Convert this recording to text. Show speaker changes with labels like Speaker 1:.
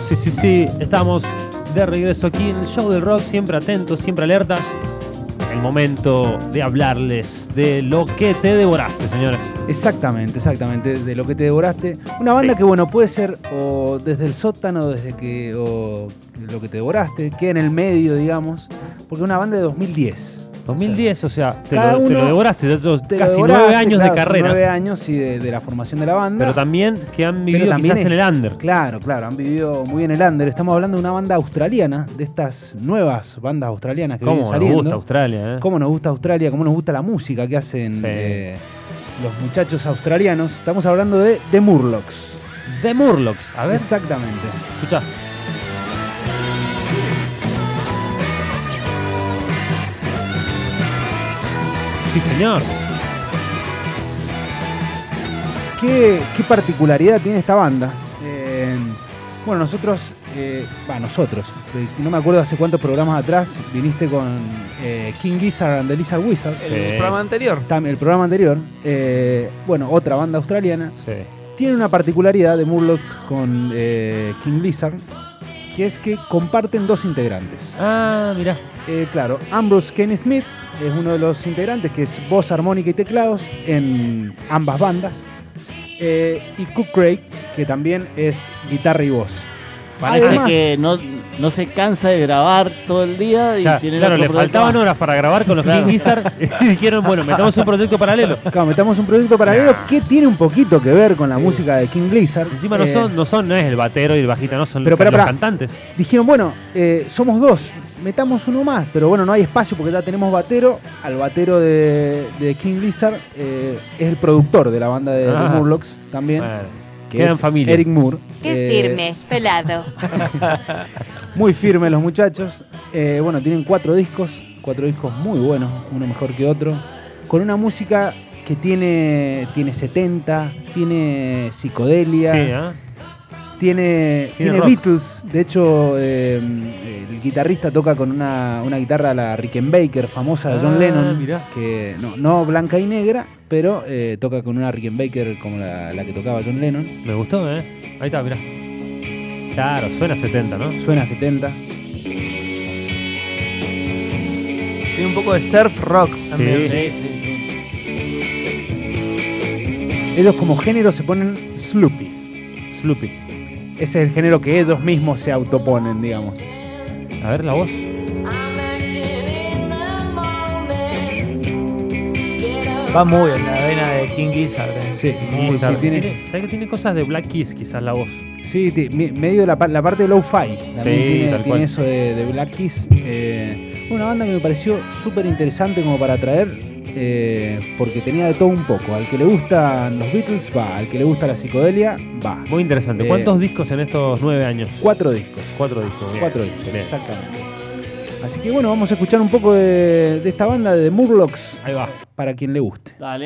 Speaker 1: sí, sí, sí. Estamos de regreso aquí en el show del rock, siempre atentos, siempre alertas. El momento de hablarles de lo que te devoraste, señores.
Speaker 2: Exactamente, exactamente, de lo que te devoraste. Una banda que, bueno, puede ser o desde el sótano, desde que o lo que te devoraste, queda en el medio, digamos, porque una banda de 2010.
Speaker 1: 2010, o sea, te,
Speaker 2: cada
Speaker 1: lo, te lo
Speaker 2: uno
Speaker 1: devoraste, ya sos
Speaker 2: Te
Speaker 1: casi
Speaker 2: devoraste,
Speaker 1: nueve años
Speaker 2: claro,
Speaker 1: de carrera.
Speaker 2: Nueve años y de, de la formación de la banda.
Speaker 1: Pero también que han vivido
Speaker 2: también
Speaker 1: quizás
Speaker 2: es-
Speaker 1: en el under.
Speaker 2: Claro, claro, han vivido muy bien el under. Estamos hablando de una banda australiana, de estas nuevas bandas australianas que vienen
Speaker 1: ¿Cómo nos
Speaker 2: saliendo.
Speaker 1: gusta Australia? eh?
Speaker 2: cómo nos gusta Australia, cómo nos gusta la música que hacen
Speaker 1: Sí.
Speaker 2: eh, los muchachos australianos. Estamos hablando de The Murlocs.
Speaker 1: The Murlocs, a ver,
Speaker 2: Exactamente.
Speaker 1: escucha. Sí, señor.
Speaker 2: ¿Qué, qué particularidad tiene esta banda? Eh, bueno, nosotros, eh, bah, nosotros, eh, no me acuerdo hace cuántos programas atrás viniste con eh, King Gizzard and the Lizard Wizards,
Speaker 1: Sí.
Speaker 3: El programa anterior.
Speaker 2: tam- el programa anterior. Eh, bueno, otra banda australiana.
Speaker 1: Sí.
Speaker 2: Tiene una particularidad de Murloc con eh, King Lizard, que es que comparten dos integrantes.
Speaker 1: Ah, mirá.
Speaker 2: Eh, claro, Ambrose Kenny Smith es uno de los integrantes que es voz armónica y teclados en ambas bandas. Eh, y Cook Craig, que también es guitarra y voz.
Speaker 4: Parece
Speaker 2: Además-
Speaker 4: que no, no se cansa de grabar todo el día y
Speaker 1: Ya,
Speaker 4: tiene
Speaker 1: claro,
Speaker 4: otro
Speaker 1: le
Speaker 4: proyecto
Speaker 1: faltaban
Speaker 4: más.
Speaker 1: horas para grabar con los
Speaker 4: Claro.
Speaker 1: King Gizzard y dijeron, bueno, metamos un proyecto paralelo.
Speaker 2: Claro, metamos un proyecto paralelo
Speaker 1: Nah.
Speaker 2: que tiene un poquito que ver con la música de King Blizzard.
Speaker 1: Encima no
Speaker 2: Eh,
Speaker 1: son, no son, no es el batero y el bajista, no son
Speaker 2: Pero,
Speaker 1: los,
Speaker 2: pará,
Speaker 1: los
Speaker 2: pará.
Speaker 1: cantantes.
Speaker 2: Dijeron, bueno, eh, somos dos, metamos uno más, pero bueno, no hay espacio porque ya tenemos batero. Al batero de, de King Blizzard eh, es el productor de la banda de, de
Speaker 1: Ah.
Speaker 2: Murlocs también.
Speaker 1: Bueno,
Speaker 2: que
Speaker 1: quedan
Speaker 2: es
Speaker 1: familia.
Speaker 2: Eric Moore.
Speaker 5: Qué
Speaker 2: Eh,
Speaker 5: firme, pelado.
Speaker 2: Muy firmes los muchachos. Eh, bueno, tienen cuatro discos, cuatro discos muy buenos, uno mejor que otro. Con una música que tiene, tiene 70, tiene psicodelia,
Speaker 1: Sí, ¿ah?
Speaker 2: tiene, tiene
Speaker 1: rock.
Speaker 2: Beatles. De hecho, eh, el guitarrista toca con una, una guitarra, la Rickenbacker, famosa de John
Speaker 1: Ah,
Speaker 2: Lennon.
Speaker 1: mirá.
Speaker 2: Que no, no blanca y negra, pero eh, toca con una Rickenbacker como la, la que tocaba John Lennon.
Speaker 1: Me gustó, ¿eh? Ahí está, mirá. Claro, suena 70, ¿no?
Speaker 2: Suena a 70.
Speaker 3: Tiene un poco de surf rock también.
Speaker 1: Sí.
Speaker 4: Sí, sí, sí.
Speaker 2: Ellos como género se ponen sloopy.
Speaker 1: Sloopy.
Speaker 2: Ese es el género que ellos mismos se autoponen, digamos.
Speaker 1: A ver la voz.
Speaker 3: Va muy en la vena de King Gizzard. eh.
Speaker 2: Sí,
Speaker 1: Y
Speaker 2: muy-
Speaker 1: sabe-
Speaker 2: tiene-
Speaker 1: tiene- sabe que tiene cosas de Black Keys, quizás la voz.
Speaker 2: sí, ti- me- medio de la, pa- la parte de low-fi. También
Speaker 1: Sí,
Speaker 2: tiene,
Speaker 1: tal
Speaker 2: tiene
Speaker 1: cual.
Speaker 2: eso de, de Black Keys. Eh, una banda que me pareció súper interesante como para traer, eh, porque tenía de todo un poco. Al que le gustan los Beatles, va. Al que le gusta la psicodelia, va.
Speaker 1: Muy interesante.
Speaker 2: Eh.
Speaker 1: ¿Cuántos discos en estos nueve años?
Speaker 2: Cuatro discos.
Speaker 1: Cuatro discos. bien.
Speaker 2: Cuatro discos,
Speaker 1: Bien.
Speaker 2: exactamente. Así que bueno, vamos a escuchar un poco de, de esta banda de Murlocs,
Speaker 1: Ahí va.
Speaker 2: para quien le guste.
Speaker 4: Dale.